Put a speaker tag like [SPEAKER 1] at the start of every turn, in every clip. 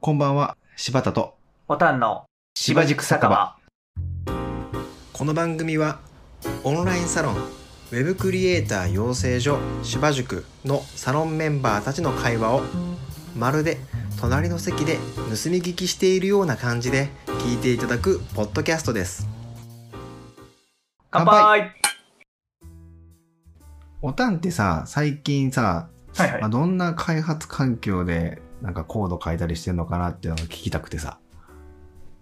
[SPEAKER 1] こんばんは、柴田と
[SPEAKER 2] ボタンの
[SPEAKER 1] 柴塾酒場。この番組はオンラインサロンウェブクリエイター養成所芝塾のサロンメンバーたちの会話をまるで隣の席で盗み聞きしているような感じで聞いていただくポッドキャストです
[SPEAKER 2] 乾杯
[SPEAKER 1] おたんってさ最近さ、
[SPEAKER 2] はいはい
[SPEAKER 1] まあ、どんな開発環境でなんかコード変えたりしてんのかなっていうのを聞きたくてさ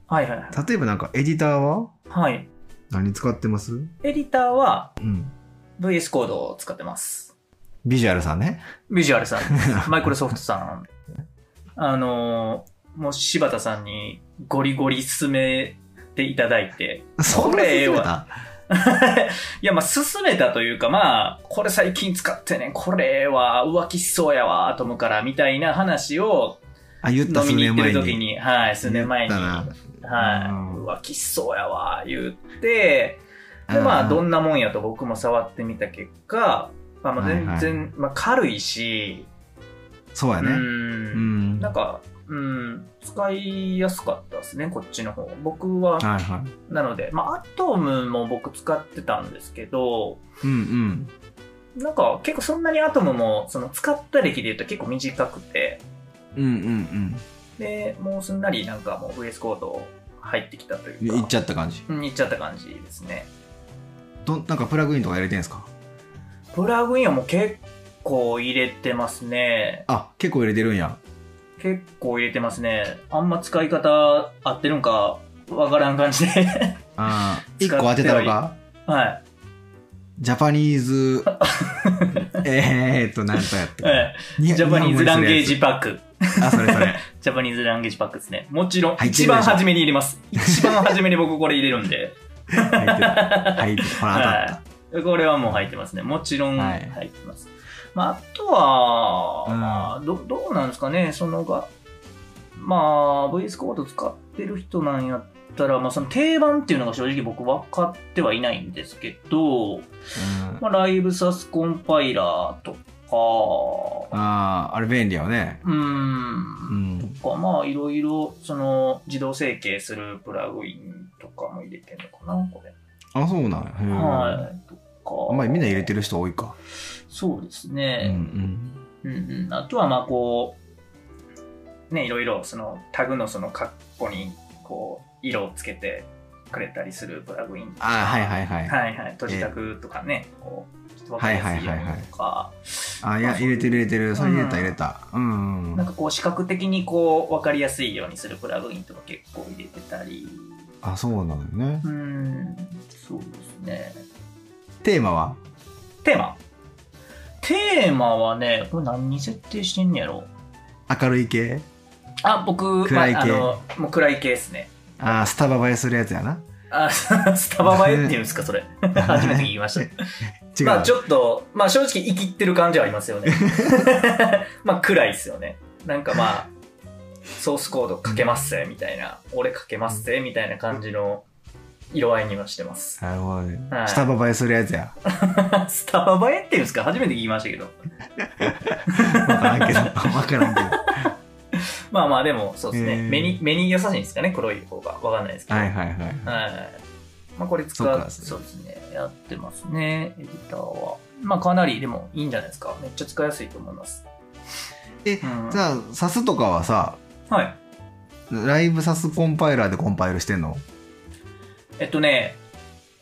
[SPEAKER 2] はいはいはい
[SPEAKER 1] 例えばなんかエディターは
[SPEAKER 2] はい。
[SPEAKER 1] 何使ってます
[SPEAKER 2] エディターは
[SPEAKER 1] うん
[SPEAKER 2] VS コードを使ってます。
[SPEAKER 1] ビジュアルさんね
[SPEAKER 2] ビジュア ルさん、マイクロソフトさん。あのーもう柴田さんにゴリゴリ進めていただいて。
[SPEAKER 1] そんな
[SPEAKER 2] ええ
[SPEAKER 1] 進め
[SPEAKER 2] わ
[SPEAKER 1] た
[SPEAKER 2] いや、まあ、進めたというか、まあ、これ最近使ってね、これは浮気しそうやわ、トムから、みたいな話を
[SPEAKER 1] あ言った
[SPEAKER 2] 飲み
[SPEAKER 1] 数
[SPEAKER 2] に
[SPEAKER 1] 年
[SPEAKER 2] 行って
[SPEAKER 1] 前
[SPEAKER 2] る
[SPEAKER 1] に
[SPEAKER 2] 時に、はい、数年前に、
[SPEAKER 1] 言った
[SPEAKER 2] はい
[SPEAKER 1] な、うん
[SPEAKER 2] 浮気しそうやわ、言って、でまあどんなもんやと僕も触ってみた結果、まあ、まあ全然、
[SPEAKER 1] はい
[SPEAKER 2] まあ、軽いし、
[SPEAKER 1] そうや
[SPEAKER 2] う
[SPEAKER 1] ね。うんん。
[SPEAKER 2] なんか、うん、使いやすかったですねこっちの方僕は
[SPEAKER 1] はいはい。
[SPEAKER 2] なので、まあ、アトムも僕使ってたんですけど
[SPEAKER 1] うんうん。
[SPEAKER 2] なんか結構そんなにアトムもその使った歴で言うと結構短くて
[SPEAKER 1] うんうん
[SPEAKER 2] でもうすんなりなんかもう VS コード入ってきたという
[SPEAKER 1] うん。
[SPEAKER 2] か
[SPEAKER 1] いっちゃった感じ。
[SPEAKER 2] うんいっちゃった感じですね
[SPEAKER 1] どんなんかプラグインとか入れてんすか
[SPEAKER 2] プラグインはもう結構入れてますね
[SPEAKER 1] あ、結構入れてるんや。
[SPEAKER 2] 結構入れてますねあんま使い方合ってるんかわからん感じで
[SPEAKER 1] ああ。
[SPEAKER 2] 使
[SPEAKER 1] 一
[SPEAKER 2] って
[SPEAKER 1] 個
[SPEAKER 2] はい
[SPEAKER 1] 当てたのか
[SPEAKER 2] はい
[SPEAKER 1] ジャパニー ズ、えーっと、なんとやったか。
[SPEAKER 2] え
[SPEAKER 1] に
[SPEAKER 2] えジャパニーズランゲー。ジ
[SPEAKER 1] 日
[SPEAKER 2] パック
[SPEAKER 1] 本語にするやつあ、それそれ。
[SPEAKER 2] ジャパニーズランゲージパックですねもちろ
[SPEAKER 1] 入
[SPEAKER 2] ん
[SPEAKER 1] ってるでし
[SPEAKER 2] 一
[SPEAKER 1] ょ
[SPEAKER 2] 番初めに入れます一番初めに僕これ入れるんで
[SPEAKER 1] 入ってる。入ってる。ほら、当たった。
[SPEAKER 2] これはもう入ってますねもちろん
[SPEAKER 1] は
[SPEAKER 2] 入
[SPEAKER 1] い
[SPEAKER 2] ってます、まあ、あとは、
[SPEAKER 1] うん
[SPEAKER 2] まあ、どどうなんですかねそのがまあ VS コード使ってる人なんやったら、まあ、その定番っていうのが正直僕分かってはいないんですけど
[SPEAKER 1] うん
[SPEAKER 2] まあ、ライブサスコンパイラーとか、
[SPEAKER 1] ああ、あれ便利やよね。
[SPEAKER 2] うー、
[SPEAKER 1] うんん。
[SPEAKER 2] とか、まあ、いろいろ、その、自動整形するプラグインとかも入れてるのかな、これ。
[SPEAKER 1] あ、そうなんや。い。
[SPEAKER 2] はい。とか。
[SPEAKER 1] あんまりみんな入れて
[SPEAKER 2] る。
[SPEAKER 1] る人多いか。
[SPEAKER 2] そうです
[SPEAKER 1] うん
[SPEAKER 2] ね。うんうん、あとはまあこうねいろいろそのタグのそのカッコにこう色をつけてくれたりするプラグイン
[SPEAKER 1] あーはいはいはい
[SPEAKER 2] はいはい閉じタグとかね、こうちょっと分かりやすいようにとか
[SPEAKER 1] うん。あ、いや、入れてる入れてる。それ入れた入れた。うんうん。
[SPEAKER 2] なんかこう視覚的にこう分かりやすいようにするプラグインとか結構入れてたり
[SPEAKER 1] あ、そうなのよね
[SPEAKER 2] う。ーんそうですね
[SPEAKER 1] テーマは
[SPEAKER 2] テーマテーマはねこれ何に設定してんねやろ
[SPEAKER 1] 明るい系
[SPEAKER 2] あ僕
[SPEAKER 1] 暗い系
[SPEAKER 2] まあ、あのもう暗い系ですね
[SPEAKER 1] あースタバ映えするやつやな。
[SPEAKER 2] あ スタバ映えっていうんですか それ初めて聞きました
[SPEAKER 1] 違う。
[SPEAKER 2] まあちょっとまあ正直生きってる感じはあります よねまあ暗いですよねなんかまあソースコードかけますぜみたいな俺かけますぜみたいな感じの色合いにはしてます
[SPEAKER 1] なるほどね、
[SPEAKER 2] はい
[SPEAKER 1] スタバ映えするやつや。
[SPEAKER 2] スタバ映えっていうんですか初めて聞きましたけど。
[SPEAKER 1] わから んけど。わからんけど。
[SPEAKER 2] まあまあでも、そうです
[SPEAKER 1] へ
[SPEAKER 2] ね。
[SPEAKER 1] ー
[SPEAKER 2] 目に、目に優しいんですかね黒い方が。わかんないですけど。
[SPEAKER 1] はい
[SPEAKER 2] はい。
[SPEAKER 1] はいはい。
[SPEAKER 2] まあこれ使
[SPEAKER 1] そう
[SPEAKER 2] っ
[SPEAKER 1] か
[SPEAKER 2] そうですね。やってますね。エディターは。まあかなりでもいいんじゃないですか。めっちゃ使いやすいと思います。
[SPEAKER 1] え
[SPEAKER 2] うん
[SPEAKER 1] じゃあ、サスとかはさ、
[SPEAKER 2] はい。
[SPEAKER 1] ライブサスコンパイラーでコンパイルしてんの
[SPEAKER 2] えっとね、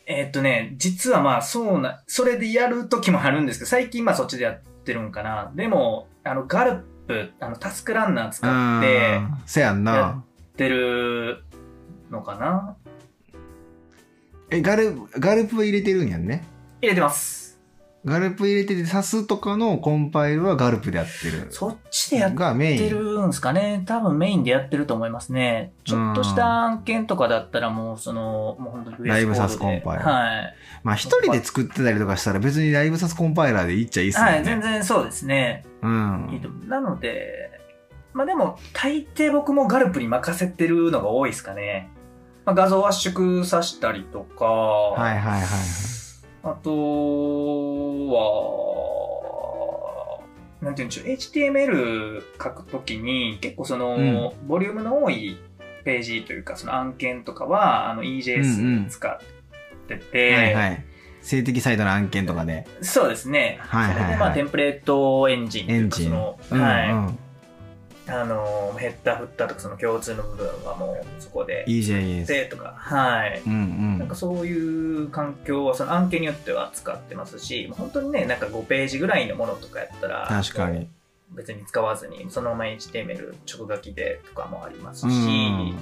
[SPEAKER 2] えっとね、実はまあそうな、それでやる時もあるんですけど、最近まあそっちでやってるんかな。でも、あの、ガルプ、あの、タスクランナー
[SPEAKER 1] う
[SPEAKER 2] 使って、
[SPEAKER 1] ん。せやんな。
[SPEAKER 2] ってるのかな。
[SPEAKER 1] え、ガル、ガルプ入れてるんやんね。
[SPEAKER 2] 入れてます。
[SPEAKER 1] ガルプ入れてて、サスとかのコンパイルはガルプでやってる。
[SPEAKER 2] そっちでやっ
[SPEAKER 1] がメイ
[SPEAKER 2] て
[SPEAKER 1] ン。
[SPEAKER 2] るんですかね多分メインでやってると思いますね。ちょっとした案件とかだったらもうその、もう本当に VS コードで
[SPEAKER 1] ライブサスコンパイル
[SPEAKER 2] はい。
[SPEAKER 1] まあ、一人で作ってたりとかしたら別にライブサスコンパイラーでいっちゃいいっすよね。
[SPEAKER 2] はい、全然そうですね。
[SPEAKER 1] うん。
[SPEAKER 2] いいと思うなので、まあでも大抵僕もガルプに任せてるのが多いですかね。まあ、画像圧縮させたりとか、
[SPEAKER 1] はいはいはい。
[SPEAKER 2] あとは、なんていうんでしょう、HTML 書くときに、結構その、
[SPEAKER 1] う
[SPEAKER 2] ボリュームの多いページというか、その案件とかは、あの、
[SPEAKER 1] うんうん
[SPEAKER 2] EJS 使ってて、
[SPEAKER 1] はいはい。性的サイドの案件とかで。
[SPEAKER 2] そうですね。
[SPEAKER 1] はいはいはい
[SPEAKER 2] それで、まあ、テンプレートエンジンと
[SPEAKER 1] エ
[SPEAKER 2] い
[SPEAKER 1] ン
[SPEAKER 2] うか、
[SPEAKER 1] ジ
[SPEAKER 2] そ
[SPEAKER 1] ン。
[SPEAKER 2] の、
[SPEAKER 1] うんうん
[SPEAKER 2] はい。あの、ヘッダー、フッターとか、その共通の部分はもう、そこで、
[SPEAKER 1] EJS。
[SPEAKER 2] でとか、はい。
[SPEAKER 1] うんうん。
[SPEAKER 2] なんかそういう環境はその案件によっては使ってますし、まあ本当にね、なんか5ページぐらいのものとかやったら、
[SPEAKER 1] 確かに。
[SPEAKER 2] 別に使わずにそのまま HTML 直書きでとかもあります
[SPEAKER 1] う
[SPEAKER 2] し、
[SPEAKER 1] ん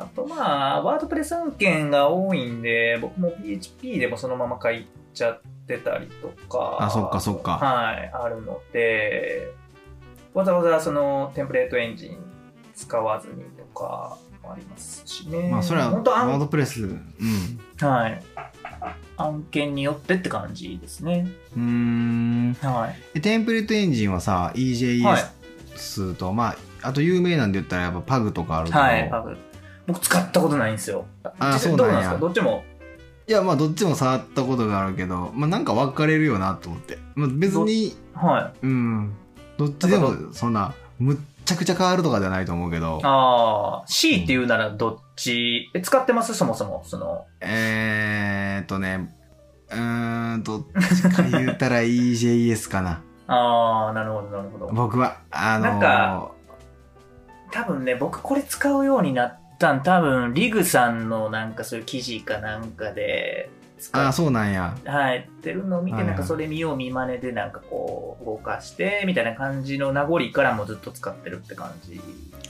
[SPEAKER 2] あとまあワードプレス案件が多いんで僕も PHP でもそのまま書いちゃってたりとか
[SPEAKER 1] あそっかそっか
[SPEAKER 2] はいあるのでわざわざそのテンプレートエンジン使わずにとかもありますしね
[SPEAKER 1] まあそれは、
[SPEAKER 2] 本当
[SPEAKER 1] ワー
[SPEAKER 2] 案
[SPEAKER 1] ドプレス。うん。
[SPEAKER 2] はい案件によってって感じですね
[SPEAKER 1] うーん。
[SPEAKER 2] はい
[SPEAKER 1] でテンプレートエンジンはさ、
[SPEAKER 2] はい
[SPEAKER 1] EJS と、まあ、あと有名なんで言ったらやっぱパグとかあるけど。
[SPEAKER 2] はい多分僕使ったことないんですよ
[SPEAKER 1] あそう
[SPEAKER 2] ど
[SPEAKER 1] な
[SPEAKER 2] うん
[SPEAKER 1] や
[SPEAKER 2] なんですかどっちも
[SPEAKER 1] いやまあどっちも触ったことがあるけど、まあ、なんか分かれるよなと思って、まあ、別に
[SPEAKER 2] はい
[SPEAKER 1] うんどっちでもそんなむっちゃくちゃ変わるとかじゃないと思うけど
[SPEAKER 2] ああ、C って言うならどっち、え、使ってますそもそも。その、
[SPEAKER 1] えー、っとねうーんどっちか言ったら EJS かな
[SPEAKER 2] ああ、なるほど、なるほど。
[SPEAKER 1] 僕はあのー
[SPEAKER 2] なんか多分ね、僕これ使うようになったん、多分、リグさんのなんかそういう記事かなんかで、使
[SPEAKER 1] あ
[SPEAKER 2] っ
[SPEAKER 1] あそうなんや
[SPEAKER 2] はい、ってるのを見
[SPEAKER 1] は
[SPEAKER 2] て、
[SPEAKER 1] いはい
[SPEAKER 2] なんかそれ見よう見真似でなんかこう、動かして、みたいな感じの名残からもずっと使ってるって感じで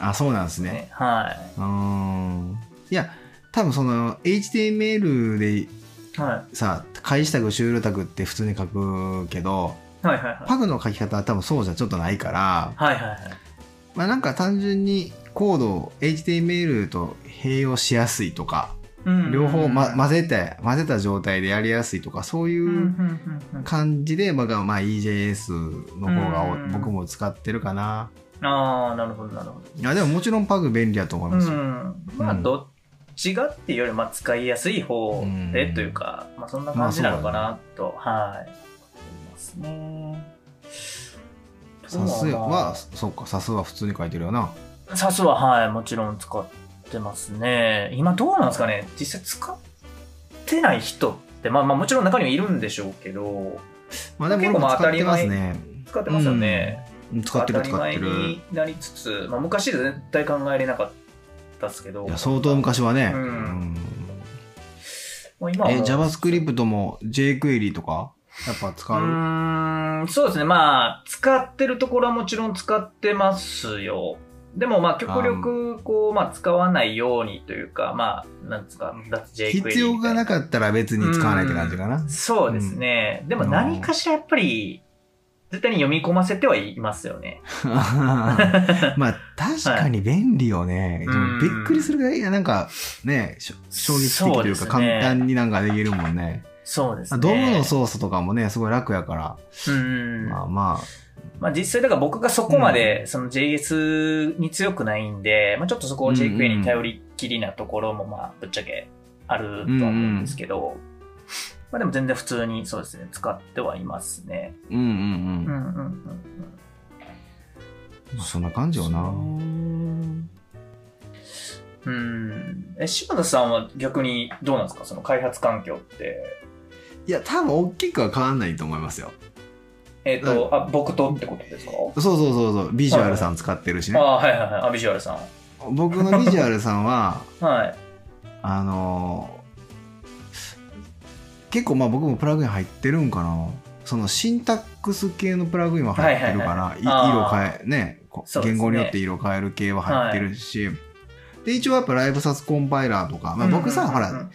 [SPEAKER 1] あそうなんです
[SPEAKER 2] すね。
[SPEAKER 1] ね
[SPEAKER 2] は
[SPEAKER 1] うーんいや多分その HTML で
[SPEAKER 2] い。はい。
[SPEAKER 1] さ返したグシュールタグって普通に書くけど
[SPEAKER 2] はいはいはい。
[SPEAKER 1] パグの書き方は多分そうじゃちょっとないから
[SPEAKER 2] はいはいはい。
[SPEAKER 1] まあ、なんか単純にコードを HTML と併用しやすいとか、
[SPEAKER 2] うん
[SPEAKER 1] 両方、ま、混ぜて混ぜた状態でやりやすいとかそうい
[SPEAKER 2] うんうん
[SPEAKER 1] う
[SPEAKER 2] うんうん
[SPEAKER 1] 感じで、まあがまあ、EJS の方がお
[SPEAKER 2] うん
[SPEAKER 1] 僕も使ってるかな
[SPEAKER 2] ああ、なるほど、なるほど。
[SPEAKER 1] いやでももちろんパグ便利だと思いますよ、
[SPEAKER 2] うん、まあ
[SPEAKER 1] うん
[SPEAKER 2] どっちがっていうよりまあ使いやすい方
[SPEAKER 1] う
[SPEAKER 2] で
[SPEAKER 1] ん
[SPEAKER 2] というか、まあそんな感じなのかなと、はい思いますね。
[SPEAKER 1] サス
[SPEAKER 2] あと
[SPEAKER 1] はそうかサスは普通に書いてるよな
[SPEAKER 2] サスははいもちろん使ってますね。今どうなんですかね実際使ってない人ってまあまあもちろん中にはいるんでしょうけど
[SPEAKER 1] まあでも
[SPEAKER 2] 結
[SPEAKER 1] 俺
[SPEAKER 2] 構
[SPEAKER 1] も
[SPEAKER 2] まあ
[SPEAKER 1] 使ってますね
[SPEAKER 2] 使ってますよね。
[SPEAKER 1] うん使ってる使って
[SPEAKER 2] 当た
[SPEAKER 1] る
[SPEAKER 2] り前になりつつ、まあ、昔絶対考えれなかったですけど
[SPEAKER 1] いや相当昔はね、
[SPEAKER 2] うんもう今
[SPEAKER 1] うんえ
[SPEAKER 2] はもう
[SPEAKER 1] JavaScript も JQuery とかやっぱ使う、
[SPEAKER 2] うーんそうですね。まあ、使ってるところはもちろん使ってますよ。でも、まあ、極力、こう、まあ、使わないようにというか、まあ、なんつうか、脱 JQuery みたい。
[SPEAKER 1] 必要がなかったら別に使わないって感じかな。
[SPEAKER 2] そうですね。でも、
[SPEAKER 1] うん
[SPEAKER 2] 何かしらやっぱり、絶対に読み込ませてはいますよね。
[SPEAKER 1] まあ確かに便利よね。
[SPEAKER 2] はい
[SPEAKER 1] でも
[SPEAKER 2] うん
[SPEAKER 1] びっくりするぐらいなんかね、しょ衝撃的という
[SPEAKER 2] そ
[SPEAKER 1] か
[SPEAKER 2] うです
[SPEAKER 1] 簡
[SPEAKER 2] ね
[SPEAKER 1] 単になんかできるもんね。
[SPEAKER 2] そうです
[SPEAKER 1] あ
[SPEAKER 2] ね。
[SPEAKER 1] ドムの操作とかもね、すごい楽やから。
[SPEAKER 2] う。ん。
[SPEAKER 1] まあま
[SPEAKER 2] まあ実際だから僕がそこまでその JS に強くないんで、まあちょっとそこを JQA に頼りっきりなところもまあぶっちゃけあるとは思うんですけど、まあでも全然普通にそうですね、使ってはいますね。
[SPEAKER 1] あ、うんうんう
[SPEAKER 2] う
[SPEAKER 1] ん
[SPEAKER 2] んうんうん。
[SPEAKER 1] まあ。そんな感じよな。
[SPEAKER 2] うん。え、柴田さんは逆にどうなんですかその開発環境って。
[SPEAKER 1] いや、多分大きくは変わんないと思いますよ。
[SPEAKER 2] えっ、と、あ、僕とってことですか
[SPEAKER 1] そうそうそうそう、ビジュアルさん使ってるし
[SPEAKER 2] あ
[SPEAKER 1] ね。
[SPEAKER 2] はいはいはい。アビジュアルさん。
[SPEAKER 1] 僕のビジュアルさんは、
[SPEAKER 2] はい。
[SPEAKER 1] あのー結構まあ僕もプラグイン入ってるんかなそのシンタックス系のプラグインは入ってるから、い
[SPEAKER 2] あ
[SPEAKER 1] 色変
[SPEAKER 2] ー
[SPEAKER 1] えねこ
[SPEAKER 2] そうですね
[SPEAKER 1] 言語によって色変える系は入ってるし、で一応やっぱライブサスコンパイラーとか、まあ、僕さ、
[SPEAKER 2] うんうんうんうん
[SPEAKER 1] ほら。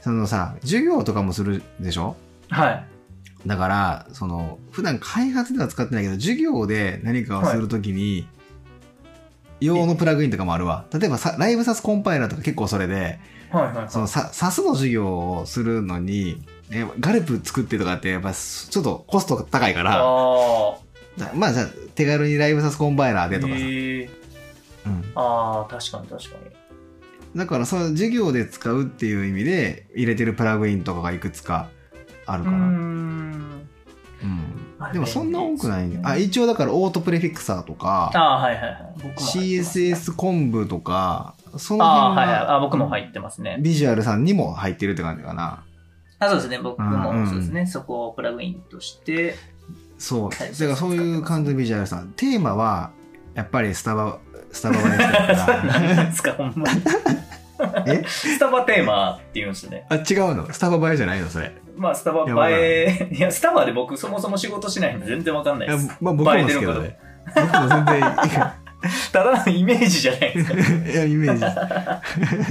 [SPEAKER 1] そのさ授業とかもするでしょ
[SPEAKER 2] はい。
[SPEAKER 1] だからその普段開発では使ってないけど授業で何かをするときに、用のプラグインとかもあるわ例えばさライブサスコンパイラーとか結構それで、
[SPEAKER 2] はいはいはい。
[SPEAKER 1] そのさ、サスの授業をするのに、ね、ガルプ作ってとかって、やっぱすちょっとコストが高いか
[SPEAKER 2] あ
[SPEAKER 1] ら、
[SPEAKER 2] あ。
[SPEAKER 1] まあじゃあ手軽にライブサスコンバイラーでとかさ。
[SPEAKER 2] へえ
[SPEAKER 1] うん
[SPEAKER 2] ああ、確かに確かに。
[SPEAKER 1] だから、その授業で使うっていう意味で、入れてるプラグインとかがいくつかある
[SPEAKER 2] う
[SPEAKER 1] か
[SPEAKER 2] ー
[SPEAKER 1] ら。うん
[SPEAKER 2] ん。まあ
[SPEAKER 1] でもそんな多くないね。あ、
[SPEAKER 2] い
[SPEAKER 1] 一応だからオートプレフィクサーと
[SPEAKER 2] あ
[SPEAKER 1] か、
[SPEAKER 2] あはいはいはい僕も入ってますね
[SPEAKER 1] CSS 昆布とか、その
[SPEAKER 2] ああ
[SPEAKER 1] 辺
[SPEAKER 2] はいはい
[SPEAKER 1] が
[SPEAKER 2] あ僕も入ってますね
[SPEAKER 1] ビジュアルさんにも入ってるって感じかな。
[SPEAKER 2] あそうですね僕
[SPEAKER 1] うんうん
[SPEAKER 2] もそうですね、そこをプラグインとして
[SPEAKER 1] そう。だ
[SPEAKER 2] はい
[SPEAKER 1] からそういう感じのビジュアルさん。テーマは、やっぱりスタバ、スタバができた
[SPEAKER 2] 何
[SPEAKER 1] か
[SPEAKER 2] なんですかほんま
[SPEAKER 1] ら。 え
[SPEAKER 2] スタバテーマっていうんですね
[SPEAKER 1] あ、違うのスタバ映えじゃないのそれ。
[SPEAKER 2] まあスタバ映えいやスタバで僕そもそも仕事しないんで全然わかんない
[SPEAKER 1] いや
[SPEAKER 2] です
[SPEAKER 1] まあ僕もですけどね。僕も全然
[SPEAKER 2] ただのイメージじゃないですか
[SPEAKER 1] い や、イメージ。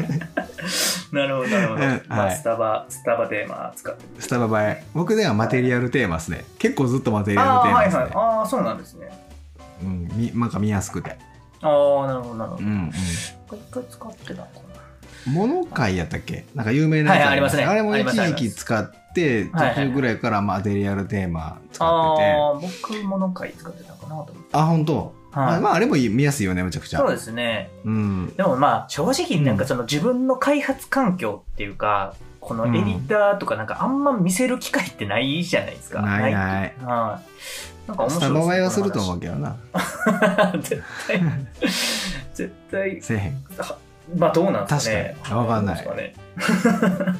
[SPEAKER 2] なるほどなるほど、
[SPEAKER 1] うん
[SPEAKER 2] ま
[SPEAKER 1] は
[SPEAKER 2] あ、
[SPEAKER 1] い
[SPEAKER 2] スタバスタバテーマ使って
[SPEAKER 1] スタバ映え。僕ではマテリアルテーマですね。結構ずっとマテリアル
[SPEAKER 2] ああ
[SPEAKER 1] テー
[SPEAKER 2] ー
[SPEAKER 1] マ
[SPEAKER 2] は
[SPEAKER 1] で
[SPEAKER 2] い
[SPEAKER 1] すね。
[SPEAKER 2] はいああそうなんですね
[SPEAKER 1] うんみ、なんか見やすくて。
[SPEAKER 2] ああなるほどなるほ
[SPEAKER 1] う
[SPEAKER 2] ど
[SPEAKER 1] ん、うん。
[SPEAKER 2] 一回使ってたのか
[SPEAKER 1] モノ会やったっけなんか有名なやつ
[SPEAKER 2] はいはいありますね
[SPEAKER 1] あれも
[SPEAKER 2] あり
[SPEAKER 1] 一
[SPEAKER 2] ます
[SPEAKER 1] 時期使って、
[SPEAKER 2] はいはい
[SPEAKER 1] 途中ぐらいからマテリアルテーマ
[SPEAKER 2] な
[SPEAKER 1] 使ってて。
[SPEAKER 2] ああ僕もの回使ってたかなと思って、
[SPEAKER 1] あ、本当。
[SPEAKER 2] はい
[SPEAKER 1] あまあ、あれも見やすいよね、めちゃくちゃ。
[SPEAKER 2] そうですね
[SPEAKER 1] うん。
[SPEAKER 2] でもまあ正直なんかその自分の開発環境っていうかこのエディターとかなんかあんま見せる機会ってないじゃないですか、
[SPEAKER 1] ない
[SPEAKER 2] い
[SPEAKER 1] ない。
[SPEAKER 2] はいなんか面
[SPEAKER 1] ス
[SPEAKER 2] 白
[SPEAKER 1] タ
[SPEAKER 2] いですね
[SPEAKER 1] バ映えはすると思うけどな。
[SPEAKER 2] 絶対絶対
[SPEAKER 1] せえへん。
[SPEAKER 2] まあどうなんですかね
[SPEAKER 1] 確かにわかんない
[SPEAKER 2] どうですかね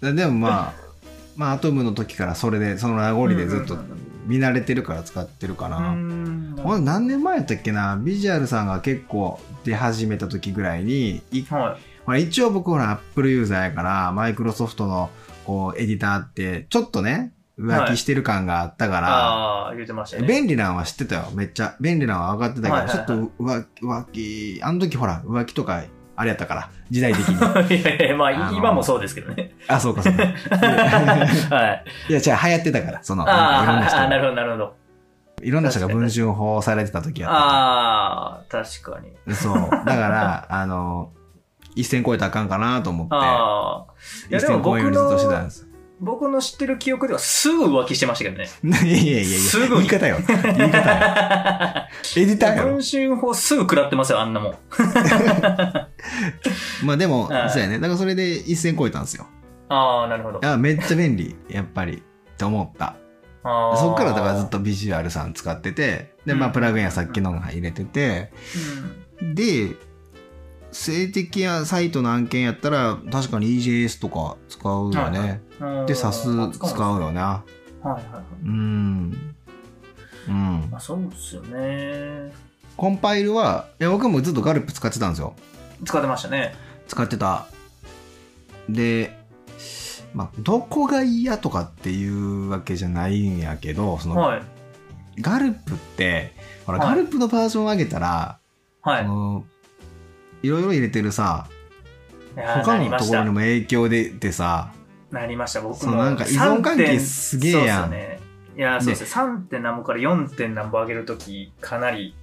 [SPEAKER 1] ででもまあ、 まあ、アトムの時からそれで、その名残でずっと
[SPEAKER 2] うんうんうん
[SPEAKER 1] 見慣れてるから使ってるか
[SPEAKER 2] う
[SPEAKER 1] な。
[SPEAKER 2] ん
[SPEAKER 1] まあ何年前やったっけなビジュアルさんが結構出始めた時ぐらいにい
[SPEAKER 2] は
[SPEAKER 1] ほら一応僕ほらアップルユーザーやからマイクロソフトのこうエディターってちょっとね浮気してる感があった
[SPEAKER 2] い、
[SPEAKER 1] か
[SPEAKER 2] ああ言ってまし
[SPEAKER 1] ら、
[SPEAKER 2] たね
[SPEAKER 1] 便利なんは知ってたよめっちゃ便利なんは分かってたけど、
[SPEAKER 2] はいはいはい
[SPEAKER 1] ちょっと浮気浮気あの時ほら浮気とかあれやったから時代的に
[SPEAKER 2] いやいやいやま
[SPEAKER 1] あ
[SPEAKER 2] あ
[SPEAKER 1] の
[SPEAKER 2] 今もそうですけ どね
[SPEAKER 1] あそうかそう か
[SPEAKER 2] はい
[SPEAKER 1] いや違う流行ってたからそのなん
[SPEAKER 2] あ
[SPEAKER 1] か
[SPEAKER 2] ーあーな
[SPEAKER 1] いろんな人が
[SPEAKER 2] るほどなるほど
[SPEAKER 1] いろんな人が文春法されてた時やったから
[SPEAKER 2] ああ確かに
[SPEAKER 1] そう。だから、あの、一線超えたらあかんかなと思って、
[SPEAKER 2] ああいや
[SPEAKER 1] 一
[SPEAKER 2] でも
[SPEAKER 1] 線超え
[SPEAKER 2] 僕
[SPEAKER 1] よりずっとしてたん
[SPEAKER 2] の
[SPEAKER 1] です。
[SPEAKER 2] 僕の知ってる記憶ではすぐ浮気してましたけどね
[SPEAKER 1] いやいやいやいや、
[SPEAKER 2] すぐ
[SPEAKER 1] 言い方 よ。言い方よ。エディターよ
[SPEAKER 2] 文。春法すぐ食らってますよあんなもん
[SPEAKER 1] まあでも、
[SPEAKER 2] はい
[SPEAKER 1] そうやね。だからそれで一線超えたんですよ。
[SPEAKER 2] ああなるほど
[SPEAKER 1] あめっちゃ便利、やっぱり。って思った。
[SPEAKER 2] あー
[SPEAKER 1] そっからだからずっとビジュアルさん使ってて、で、まあ
[SPEAKER 2] うん
[SPEAKER 1] プラグインはさっきのが入れてて、
[SPEAKER 2] うん
[SPEAKER 1] で、性的やサイトの案件やったら、確かに EJS とか使うよね。
[SPEAKER 2] うん
[SPEAKER 1] で、サス使うよな。
[SPEAKER 2] はいはいはい。
[SPEAKER 1] うん。うん
[SPEAKER 2] ま、あそうですよね。
[SPEAKER 1] コンパイルはいや僕もずっとガルプ使ってたんですよ
[SPEAKER 2] 使ってましたね。
[SPEAKER 1] 使ってたで、まあ、どこが嫌とかっていうわけじゃないんやけどその、
[SPEAKER 2] はい。
[SPEAKER 1] ガルプってほら、
[SPEAKER 2] はい
[SPEAKER 1] ガルプのバージョン上げたら、、
[SPEAKER 2] はいい。
[SPEAKER 1] のいろいろ入れてるさ
[SPEAKER 2] いやー
[SPEAKER 1] 他
[SPEAKER 2] なり
[SPEAKER 1] の
[SPEAKER 2] ま
[SPEAKER 1] と
[SPEAKER 2] し
[SPEAKER 1] ころ
[SPEAKER 2] た
[SPEAKER 1] にも影響出てさ
[SPEAKER 2] なりました、僕
[SPEAKER 1] そ
[SPEAKER 2] も。
[SPEAKER 1] うなんか依存関係すげえやん
[SPEAKER 2] 3.そうっすよね。いやー、そうですね。3点何ぼから4点何ぼ上げるとき、かなり。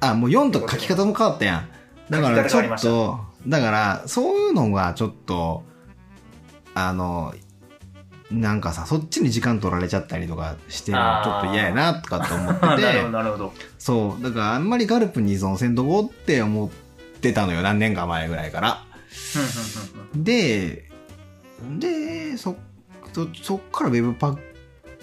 [SPEAKER 1] あもう4とか書き方も変わったやんだからち
[SPEAKER 2] 書き方変わり
[SPEAKER 1] ょ
[SPEAKER 2] ま
[SPEAKER 1] っ
[SPEAKER 2] し
[SPEAKER 1] とだからそういうのがちょっとあのなんかさそっちに時間取られちゃったりとかしてるの
[SPEAKER 2] あ
[SPEAKER 1] ちょ
[SPEAKER 2] ー
[SPEAKER 1] っと嫌やなとかって思
[SPEAKER 2] な
[SPEAKER 1] って
[SPEAKER 2] る
[SPEAKER 1] て
[SPEAKER 2] ほど、なるほど。
[SPEAKER 1] そうだからあんまりガルプに依存せんとこうって思ってたのよ何年か前ぐらいから
[SPEAKER 2] ふんふんふんふん
[SPEAKER 1] ででそそそっから Webpack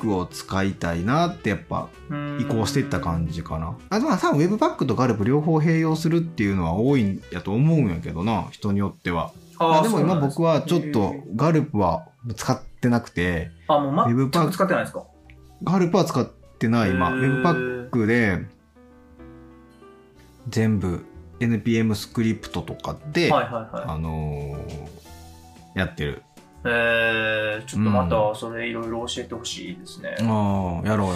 [SPEAKER 1] を使いたいなってやっぱ
[SPEAKER 2] うーん
[SPEAKER 1] 移行していった感じかな。あとは多分 Webpack とガルプ両方併用するっていうのは多いんやと思うんやけどな、人によっては。
[SPEAKER 2] あー
[SPEAKER 1] あでも今
[SPEAKER 2] そうなんす
[SPEAKER 1] 僕はちょっと
[SPEAKER 2] へー
[SPEAKER 1] ガルプは使ってなくて、
[SPEAKER 2] あ、もう
[SPEAKER 1] ウェブ
[SPEAKER 2] 全
[SPEAKER 1] パーク
[SPEAKER 2] く使ってないですか
[SPEAKER 1] ガルプは使ってない今。Webpack
[SPEAKER 2] ッ
[SPEAKER 1] で全部 NPM スクリプトとかで、
[SPEAKER 2] はいはいはい。
[SPEAKER 1] あのーやってる。
[SPEAKER 2] えー、ちょっとまたそれいろいろ教えてほしいですね。
[SPEAKER 1] ああ、やろうやろ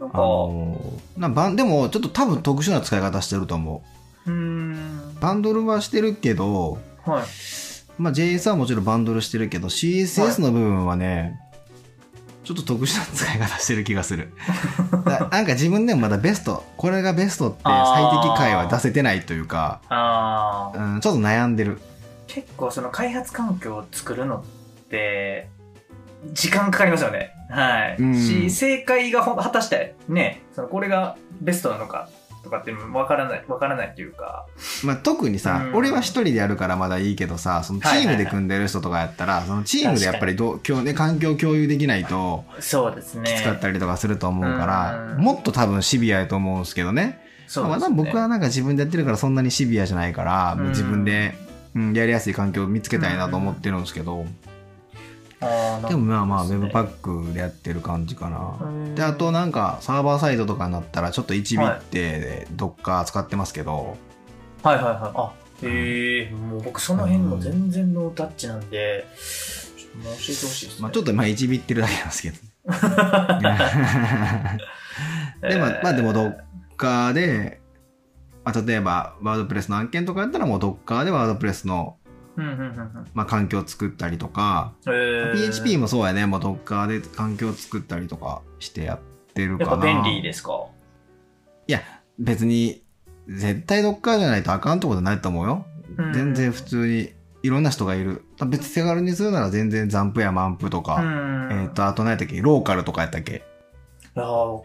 [SPEAKER 1] う。
[SPEAKER 2] なん
[SPEAKER 1] あ
[SPEAKER 2] か、う
[SPEAKER 1] のーなばんでもちょっと多分特殊な使い方してると思
[SPEAKER 2] ーん
[SPEAKER 1] う。。バンドルはしてるけど、
[SPEAKER 2] はい。
[SPEAKER 1] まあ、JS はもちろんバンドルしてるけど CSS の部分はね、ちょっと特殊な使い方してる気がするだなんか自分でもまだベストこれがベストって最適解は出せてないというか、
[SPEAKER 2] あー
[SPEAKER 1] うん、ちょっと悩んでる
[SPEAKER 2] 結構その開発環境を作るのって時間かかりますよねはい、
[SPEAKER 1] うん
[SPEAKER 2] し正解がほん果たしてねそのこれがベストなのかとかっていうのもわからない、わからないっていうか、
[SPEAKER 1] まあ、特にさ、
[SPEAKER 2] うん
[SPEAKER 1] 俺は一人でやるからまだいいけどさそのチームで組んでる人とかやったら、そのチームでやっぱりどう今日、ね、環境共有できないと
[SPEAKER 2] そうですね。
[SPEAKER 1] きつかったりとかすると思うから、
[SPEAKER 2] うん
[SPEAKER 1] もっと多分シビアやと思うんですけどね
[SPEAKER 2] そう
[SPEAKER 1] ま
[SPEAKER 2] です
[SPEAKER 1] だ
[SPEAKER 2] ね
[SPEAKER 1] 僕はなんか自分でやってるからそんなにシビアじゃないから、
[SPEAKER 2] うん
[SPEAKER 1] 自分で、うん、やりやすい環境を見つけたいなと思ってるんですけど、
[SPEAKER 2] あー
[SPEAKER 1] でもまあまあウ
[SPEAKER 2] そう
[SPEAKER 1] ェ
[SPEAKER 2] ですね
[SPEAKER 1] ブパックでやってる感じか
[SPEAKER 2] う
[SPEAKER 1] な。
[SPEAKER 2] ん
[SPEAKER 1] であとなんかサーバーサイドとかになったらちょっと1ビットでどっか使ってますけど、
[SPEAKER 2] はいはいはい。あ、へえもう僕その辺も全然ノータッチなんで、ちょっともう教えてほしいですね。
[SPEAKER 1] まあ、ちょっとまあ1ビットるだけなんです けどでまあまあでもどっかで、まあ、例えばワードプレスの案件とかやったらもうどっかでワードプレスの、
[SPEAKER 2] うんうんうんうん
[SPEAKER 1] まあ、環境を作ったりとか、
[SPEAKER 2] えー
[SPEAKER 1] PHP もそうやねもうどっかで環境を作ったりとかしてやってるか
[SPEAKER 2] や
[SPEAKER 1] な
[SPEAKER 2] っぱ便利ですか
[SPEAKER 1] いや別に絶対どっかじゃないとあかんってことないと思うよ、
[SPEAKER 2] うん
[SPEAKER 1] 全然普通にいろんな人がいる別に手軽にするなら全然残布や満布と
[SPEAKER 2] う
[SPEAKER 1] か、
[SPEAKER 2] ん。
[SPEAKER 1] えっ、とあと何やったっけローカルとかやったっけ
[SPEAKER 2] いやー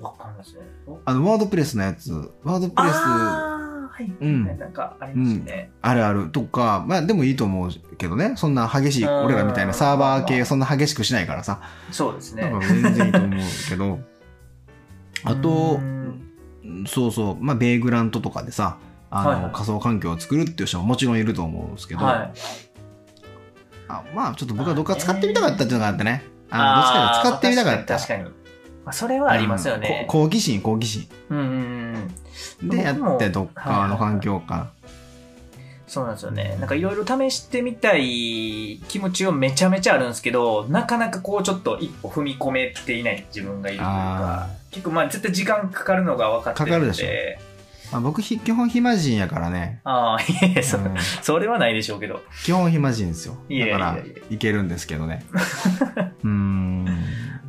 [SPEAKER 2] わかんないですね。
[SPEAKER 1] あのワードプレスのやつワードプレスあ
[SPEAKER 2] あーはい、
[SPEAKER 1] うん
[SPEAKER 2] なんかありますね。
[SPEAKER 1] るあるとかまあでもいいと思うけどねそんな激しい
[SPEAKER 2] うん
[SPEAKER 1] 俺らみたいなサーバー系そんな激しくしないからさ
[SPEAKER 2] そうです
[SPEAKER 1] だ
[SPEAKER 2] ね
[SPEAKER 1] か。ら全然いいと思うけ どあと
[SPEAKER 2] うん
[SPEAKER 1] うんそうそう、まあ、ベーグラントとかでさあの、
[SPEAKER 2] はいはい
[SPEAKER 1] 仮想環境を作るっていう人ももちろんいると思うんですけど、
[SPEAKER 2] はい。
[SPEAKER 1] あまあちょっと僕はどっか使ってみたかったっていうのがあってねあのどっちかというと使ってみたかった
[SPEAKER 2] あー確かに。確かにまあ、それはありますよね
[SPEAKER 1] うん。こ好奇心好奇心
[SPEAKER 2] うんうんうん。
[SPEAKER 1] でや
[SPEAKER 2] 僕も
[SPEAKER 1] ってどっかの環境か、
[SPEAKER 2] そうなんですよね。なんかいろいろ試してみたい気持ちはめちゃめちゃあるんですけど、なかなかこうちょっと一歩踏み込めていない自分がいるというか
[SPEAKER 1] あ、
[SPEAKER 2] 結構まあ絶対時間かかるのが分かってるんで。
[SPEAKER 1] かかるでしょまあ、僕ひ基本暇人やからね、
[SPEAKER 2] ああ、いえいえ、そ,、
[SPEAKER 1] うん
[SPEAKER 2] それはないでしょうけど。
[SPEAKER 1] 基本暇人ですよ
[SPEAKER 2] いやい
[SPEAKER 1] だ
[SPEAKER 2] や
[SPEAKER 1] か
[SPEAKER 2] いや
[SPEAKER 1] らいけるんですけど ねうーん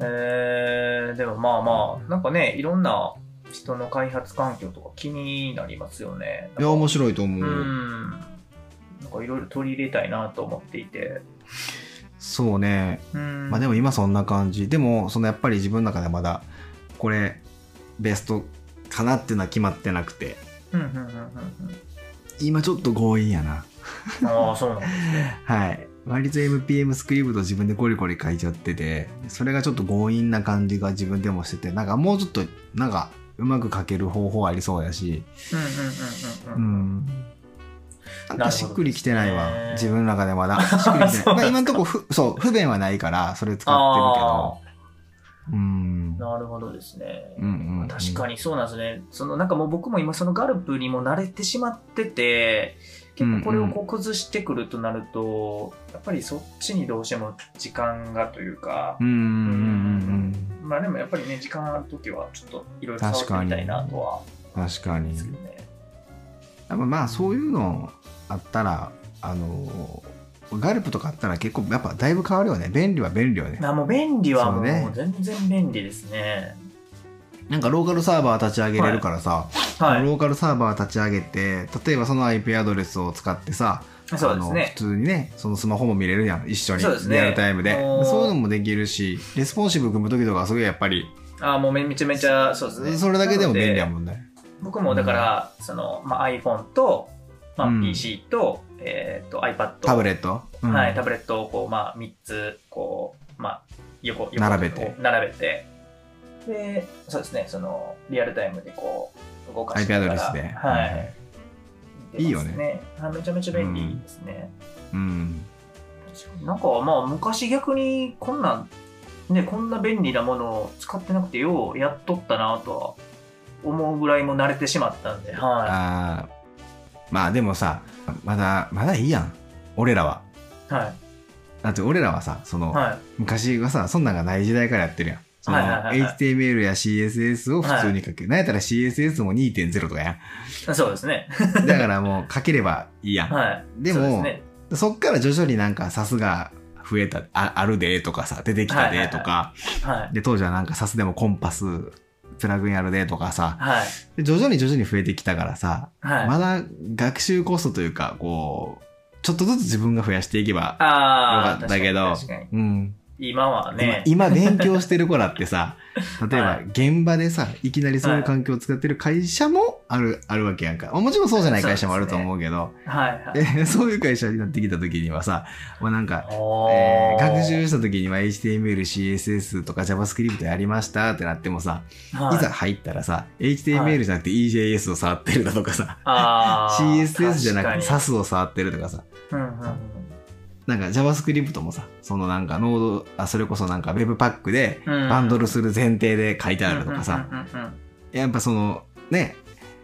[SPEAKER 2] えー、でもまあまあ、なんかね、いろんな人の開発環境とか気になりますよね。
[SPEAKER 1] いや面白いと思う、
[SPEAKER 2] うん。なんかいろいろ取り入れたいなと思っていて。
[SPEAKER 1] そうね
[SPEAKER 2] うん。
[SPEAKER 1] まあで
[SPEAKER 2] も、
[SPEAKER 1] も今そんな感じでもそのやっぱり自分の中でまだこれベストかなっていうのは決まってなくて
[SPEAKER 2] うんうんうんうん
[SPEAKER 1] 今ちょっと強引やな
[SPEAKER 2] うん。ああ、そうなんですね。
[SPEAKER 1] はい割と MPM スクリプト自分でゴリゴリ書いちゃっててそれがちょっと強引な感じが自分でもしててなんかもうちょっとなんかうまく書ける方法ありそうやし
[SPEAKER 2] うんうんうんうん
[SPEAKER 1] う
[SPEAKER 2] うん。
[SPEAKER 1] んなん
[SPEAKER 2] な
[SPEAKER 1] か
[SPEAKER 2] るほど
[SPEAKER 1] しっくりきてないわ、
[SPEAKER 2] ね
[SPEAKER 1] 自分の中で まだしっくりきてない
[SPEAKER 2] そうなんですか
[SPEAKER 1] まあ今のとこふそう不便はないからそれ使ってるけ
[SPEAKER 2] あ
[SPEAKER 1] どうん
[SPEAKER 2] あ、なるほどですね。
[SPEAKER 1] うんうん
[SPEAKER 2] 確かにそうなんですね。そのなんかもう僕も今そのガルプにも慣れてしまってて、結構これをこう崩してくるとなると、やっぱりそっちにどうしても時間がというか
[SPEAKER 1] う、んうんうん
[SPEAKER 2] まあでもやっぱりね、時間あるときはちょっといろいろ触ってみたいなとは
[SPEAKER 1] うんうん確か
[SPEAKER 2] 思うん
[SPEAKER 1] に
[SPEAKER 2] ですけどね。
[SPEAKER 1] やっぱまあそういうのあったらあのガルプとかあったら結構やっぱだいぶ変わるよね便利は便利よね
[SPEAKER 2] あもう便利はも
[SPEAKER 1] そうね
[SPEAKER 2] う全然便利ですね。
[SPEAKER 1] なんかローカルサーバー立ち上げれるからさ、
[SPEAKER 2] はい。
[SPEAKER 1] ローカルサーバー立ち上げて例えばその IP アドレスを使ってさ、
[SPEAKER 2] そうですね。
[SPEAKER 1] あの普通にねそのスマホも見れるやん一緒に
[SPEAKER 2] そうですね
[SPEAKER 1] リアルタイムで
[SPEAKER 2] おー
[SPEAKER 1] そういうのもできるしレスポンシブ組む時とかはすごいやっぱり
[SPEAKER 2] あもうめめちゃめちゃ、そうですね。
[SPEAKER 1] それだけでも便利や
[SPEAKER 2] ん
[SPEAKER 1] もんね
[SPEAKER 2] 僕もだから、その、まあ、iPhone と、まあ、
[SPEAKER 1] うん
[SPEAKER 2] PC と、えっ、と iPad
[SPEAKER 1] タブレット、うん
[SPEAKER 2] はい、タブレットをこう、まあ、3つこう、まあ、横横
[SPEAKER 1] 並べて
[SPEAKER 2] こう並べてでそうですねそのリアルタイムでこう動かして
[SPEAKER 1] IP アドレスで、
[SPEAKER 2] はい、
[SPEAKER 1] はいはい
[SPEAKER 2] 出ます
[SPEAKER 1] いいよ
[SPEAKER 2] あめちゃめちゃ便利ですね、
[SPEAKER 1] うん
[SPEAKER 2] なんかまあ昔逆にこんなんねこんな便利なものを使ってなくてようやっとったなとは思うぐらいも慣れてしまったんでは
[SPEAKER 1] あーまあでもさまだまだいいやん俺らはい
[SPEAKER 2] はい
[SPEAKER 1] だって俺らはさその、
[SPEAKER 2] はい
[SPEAKER 1] 昔はさそんなんがない時代からやってるやんその
[SPEAKER 2] はいはいはいはい
[SPEAKER 1] HTML や CSS を普通に書く、なんやったら CSS も2.0とか や
[SPEAKER 2] そうですね
[SPEAKER 1] んだからもう書ければいいやん、
[SPEAKER 2] はい
[SPEAKER 1] でも
[SPEAKER 2] そうすね
[SPEAKER 1] そっから徐々になんかサスが増えた、ああるでとかさ、出てきたでとか、
[SPEAKER 2] はい
[SPEAKER 1] で、当時はなんかサスでもコンパス、プラグインあるでとかさ、
[SPEAKER 2] はい
[SPEAKER 1] で徐々に徐々に増えてきたからさ、
[SPEAKER 2] はい、
[SPEAKER 1] まだ学習コストというか、こう、ちょっとずつ自分が増やしていけば、
[SPEAKER 2] ああ、
[SPEAKER 1] よかったけど
[SPEAKER 2] 確かに確かに
[SPEAKER 1] うん、
[SPEAKER 2] 今はね、
[SPEAKER 1] 今今勉強してる子らって さ例え
[SPEAKER 2] は
[SPEAKER 1] ば
[SPEAKER 2] い
[SPEAKER 1] 現場でさいきなりそういう環境を使ってる会社もあるあるわけやんかまあもちろんそうじゃない会社もあると思うけど
[SPEAKER 2] はいは
[SPEAKER 1] そう,、
[SPEAKER 2] い。
[SPEAKER 1] そういう会社になってきた時にはさ、まあ、なんか、
[SPEAKER 2] お
[SPEAKER 1] え
[SPEAKER 2] ー
[SPEAKER 1] ー学習した時には HTML、CSS とか JavaScript やりましたってなってもさ、
[SPEAKER 2] はい
[SPEAKER 1] いざ入ったらさ HTML じゃなくて EJS を触ってるだとかさ、
[SPEAKER 2] あー
[SPEAKER 1] CSS じゃなくて
[SPEAKER 2] 確か
[SPEAKER 1] SAS を触ってるとかさ
[SPEAKER 2] にうんうんうん
[SPEAKER 1] なんか JavaScript もさそのなんかノードあそれこそなんか Webpack で
[SPEAKER 2] うん
[SPEAKER 1] バンドルする前提で書いてあるとかさ、
[SPEAKER 2] うんうんうんうん
[SPEAKER 1] やっぱそのねそ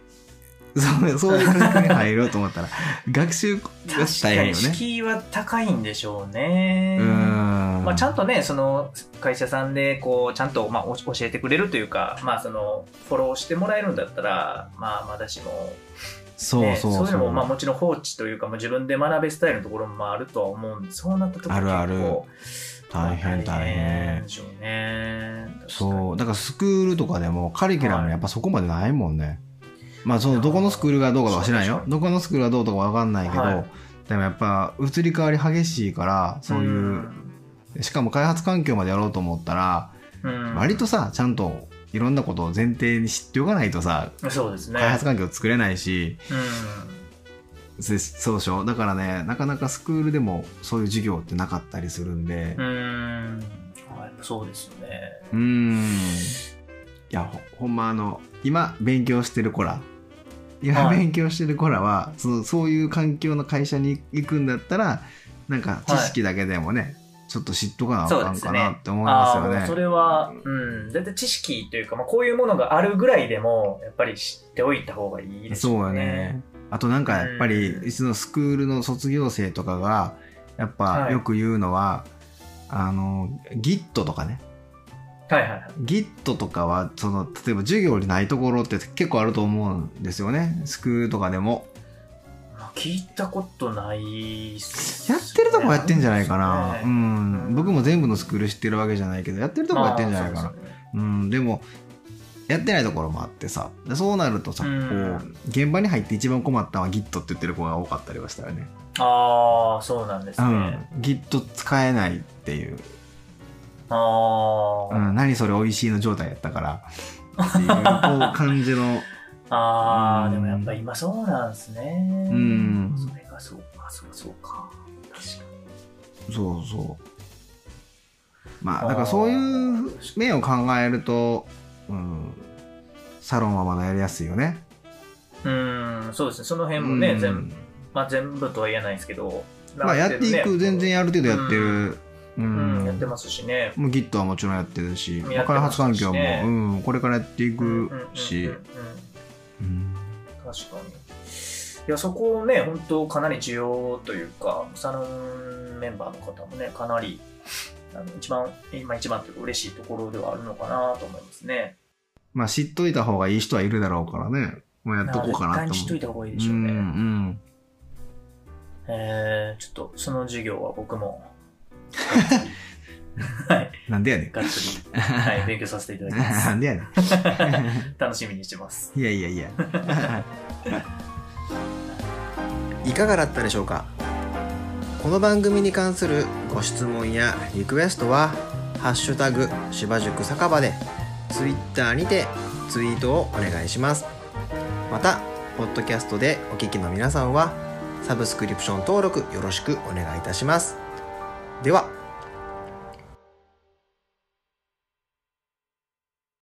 [SPEAKER 1] うそういう感覚に入ろうと思 ったら学習が
[SPEAKER 2] 確
[SPEAKER 1] 大変
[SPEAKER 2] かに
[SPEAKER 1] よね。
[SPEAKER 2] 敷居は高いんでしょうね。
[SPEAKER 1] うーん
[SPEAKER 2] まあ、ちゃんとね、その会社さんでこうちゃんとまあお教えてくれるというか、まあ、そのフォローしてもらえるんだったら、まあ、まだしも、
[SPEAKER 1] そう
[SPEAKER 2] ね
[SPEAKER 1] そう
[SPEAKER 2] いうのもまあもちろん放置というか、まあ、自分で学べスタイルのところもあるとは思うんで、そうなったところ
[SPEAKER 1] あるある
[SPEAKER 2] 結構
[SPEAKER 1] 大変大変
[SPEAKER 2] でしょうね。
[SPEAKER 1] そうだからスクールとかでもカリキュラムやっぱそこまでないもんね、まあそのどこのスクールがどうかとか知らんよ
[SPEAKER 2] そうでしょ
[SPEAKER 1] どこのスクールがどうとかわかんないけど、
[SPEAKER 2] はい
[SPEAKER 1] でもやっぱ移り変わり激しいからそういう、しかも開発環境までやろうと思ったら、
[SPEAKER 2] うん、
[SPEAKER 1] 割とさちゃんといろんなことを前提に知っておかないとさ
[SPEAKER 2] とそうですね。
[SPEAKER 1] 開発環境作れないし、
[SPEAKER 2] うん
[SPEAKER 1] せそうでしょだからねなかなかスクールでもそういう授業ってなかったりするんで
[SPEAKER 2] うーん、はいそうですよね。
[SPEAKER 1] うーんいやほほんまあの今勉強してる子ら今
[SPEAKER 2] はい
[SPEAKER 1] 勉強してる子らは、そのそういう環境の会社に行くんだったらなんか知識だけでもね、ちょっと知っとかなあ
[SPEAKER 2] そう
[SPEAKER 1] か
[SPEAKER 2] で
[SPEAKER 1] ん
[SPEAKER 2] す
[SPEAKER 1] か
[SPEAKER 2] ね
[SPEAKER 1] なって思い
[SPEAKER 2] あ
[SPEAKER 1] ます
[SPEAKER 2] あー、
[SPEAKER 1] よ
[SPEAKER 2] もう
[SPEAKER 1] ね。
[SPEAKER 2] それは、うん、だいたい知識というか、まあ、こういうものがあるぐらいでも、やっぱり知っておいた方がいいです
[SPEAKER 1] そう
[SPEAKER 2] よ
[SPEAKER 1] よ
[SPEAKER 2] ね
[SPEAKER 1] ね。。あとなんかやっぱり、
[SPEAKER 2] うん
[SPEAKER 1] いつのスクールの卒業生とかが、やっぱ
[SPEAKER 2] はい
[SPEAKER 1] よく言うのは、あの、Git とかね。
[SPEAKER 2] はいはいはい。
[SPEAKER 1] Git とかは、その、例えば授業にないところって結構あると思うんですよね。スクールとかでも。
[SPEAKER 2] まあ聞いたことないっす
[SPEAKER 1] や
[SPEAKER 2] ね
[SPEAKER 1] ってるとこやってんじゃないかな。
[SPEAKER 2] ね
[SPEAKER 1] うん、
[SPEAKER 2] うん
[SPEAKER 1] 僕も全部のスクール知ってるわけじゃないけど、やってるとこやってんじゃないかな。
[SPEAKER 2] まあそうですよね
[SPEAKER 1] うん、でも、やってないところもあってさ。でそうなるとさ、
[SPEAKER 2] うん
[SPEAKER 1] こう、現場に入って一番困ったのは Git って言ってる子が多かったりはしたよね。
[SPEAKER 2] ああ、そうなんです
[SPEAKER 1] う
[SPEAKER 2] ね。
[SPEAKER 1] ん、Git 使えないっていう、
[SPEAKER 2] あ
[SPEAKER 1] う
[SPEAKER 2] あ、
[SPEAKER 1] ん、何それ美味しいの状態やったからっていうこう感じの
[SPEAKER 2] ああ、
[SPEAKER 1] うん
[SPEAKER 2] でもやっぱ今そうなんですね。
[SPEAKER 1] うん
[SPEAKER 2] それがそうか、そうか、そうか。確かに。
[SPEAKER 1] そうそうまあだからそういう面を考えると、うん、サロンはまだやりやすいよね。
[SPEAKER 2] うん、そうですね。その辺もね、
[SPEAKER 1] うん
[SPEAKER 2] 全部、まあ全部とは言えないですけど、
[SPEAKER 1] まあ、やってい
[SPEAKER 2] ね
[SPEAKER 1] く全然やる程度やってる、う
[SPEAKER 2] うんん、やってますしね。
[SPEAKER 1] もう Git はもちろんやってるし
[SPEAKER 2] やって
[SPEAKER 1] 開
[SPEAKER 2] ま
[SPEAKER 1] 発
[SPEAKER 2] すし
[SPEAKER 1] 環境も、
[SPEAKER 2] ね
[SPEAKER 1] うん、これからやってい
[SPEAKER 2] うんうん
[SPEAKER 1] く
[SPEAKER 2] うんうん
[SPEAKER 1] し、
[SPEAKER 2] うん
[SPEAKER 1] うん
[SPEAKER 2] 確かに。いや、そこをね、本当かなり需要というか、サロンメンバーの方もね、かなり、あの一番、今一番というか嬉しいところではあるのかなと思いますね。
[SPEAKER 1] まあ知っといた方がいい人はいるだろうからねもうやっとこうかなって思
[SPEAKER 2] 絶対に
[SPEAKER 1] う。
[SPEAKER 2] しといた方がいいでしょう
[SPEAKER 1] う
[SPEAKER 2] ね。
[SPEAKER 1] んうん
[SPEAKER 2] えー、ちょっとその授業は僕も、
[SPEAKER 1] なんでやねん。
[SPEAKER 2] がっつり、 はい、勉強させていただき ま
[SPEAKER 1] な
[SPEAKER 2] す。
[SPEAKER 1] んでやね
[SPEAKER 2] 楽しみにしてます。
[SPEAKER 1] ん。いやいやいや。 いかがだったでしょうかこの番組に関するご質問やリクエストは「ハッシュタグ芝塾酒場」でツイッターにてツイートをお願いしますまたポッドキャストでお聞きの皆さんはサブスクリプション登録よろしくお願いいたしますでは